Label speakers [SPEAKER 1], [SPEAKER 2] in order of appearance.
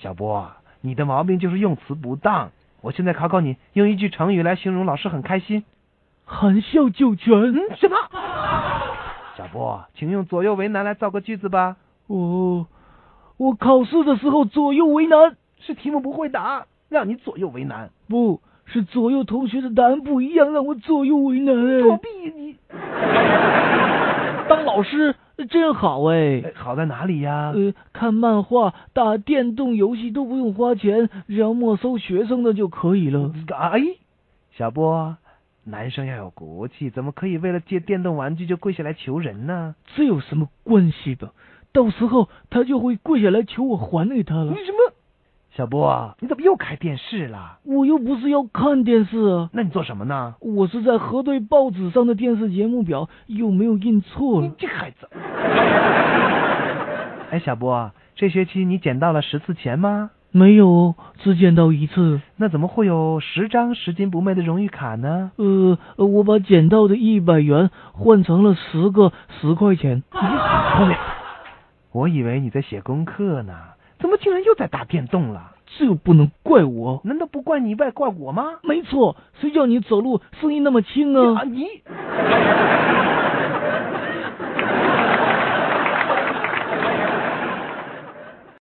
[SPEAKER 1] 小波，啊你的毛病就是用词不当。我现在考考你，用一句成语来形容老师很开心。
[SPEAKER 2] 含笑九泉。
[SPEAKER 1] 嗯，什么？小波，啊请用左右为难来造个句子吧。
[SPEAKER 2] 哦，我考试的时候左右为难，
[SPEAKER 1] 是题目不会答，让你左右为难。
[SPEAKER 2] 不是左右同学的答案不一样，让我左右为难。
[SPEAKER 1] 作弊你！
[SPEAKER 2] 当老师真好哎。
[SPEAKER 1] 哎好在哪里呀？
[SPEAKER 2] 呃，看漫画、打电动游戏都不用花钱，只要没收学生的就可以了。
[SPEAKER 1] 哎，小波，啊男生要有骨气，怎么可以为了借电动玩具就跪下来求人呢？
[SPEAKER 2] 这有什么关系吧？到时候他就会跪下来求我还给他了。
[SPEAKER 1] 什么？小波，啊你怎么又开电视了？
[SPEAKER 2] 我又不是要看电视啊，
[SPEAKER 1] 那你做什么呢？
[SPEAKER 2] 我是在核对报纸上的电视节目表有没有印错
[SPEAKER 1] 你
[SPEAKER 2] 了。
[SPEAKER 1] 这孩子！嗯 哎，小波，这学期你捡到了十次钱吗？
[SPEAKER 2] 没有哦，只捡到一次。
[SPEAKER 1] 那怎么会有十张拾金不昧的荣誉卡呢？
[SPEAKER 2] 呃，我把捡到的一百元换成了十个十块钱。哎
[SPEAKER 1] 后面，我以为你在写功课呢，怎么竟然又在打电动了？
[SPEAKER 2] 这不能怪我。
[SPEAKER 1] 难道不怪你，怪怪我吗？嗯
[SPEAKER 2] 啊没错，谁叫你走路声音那么轻啊？
[SPEAKER 1] 你，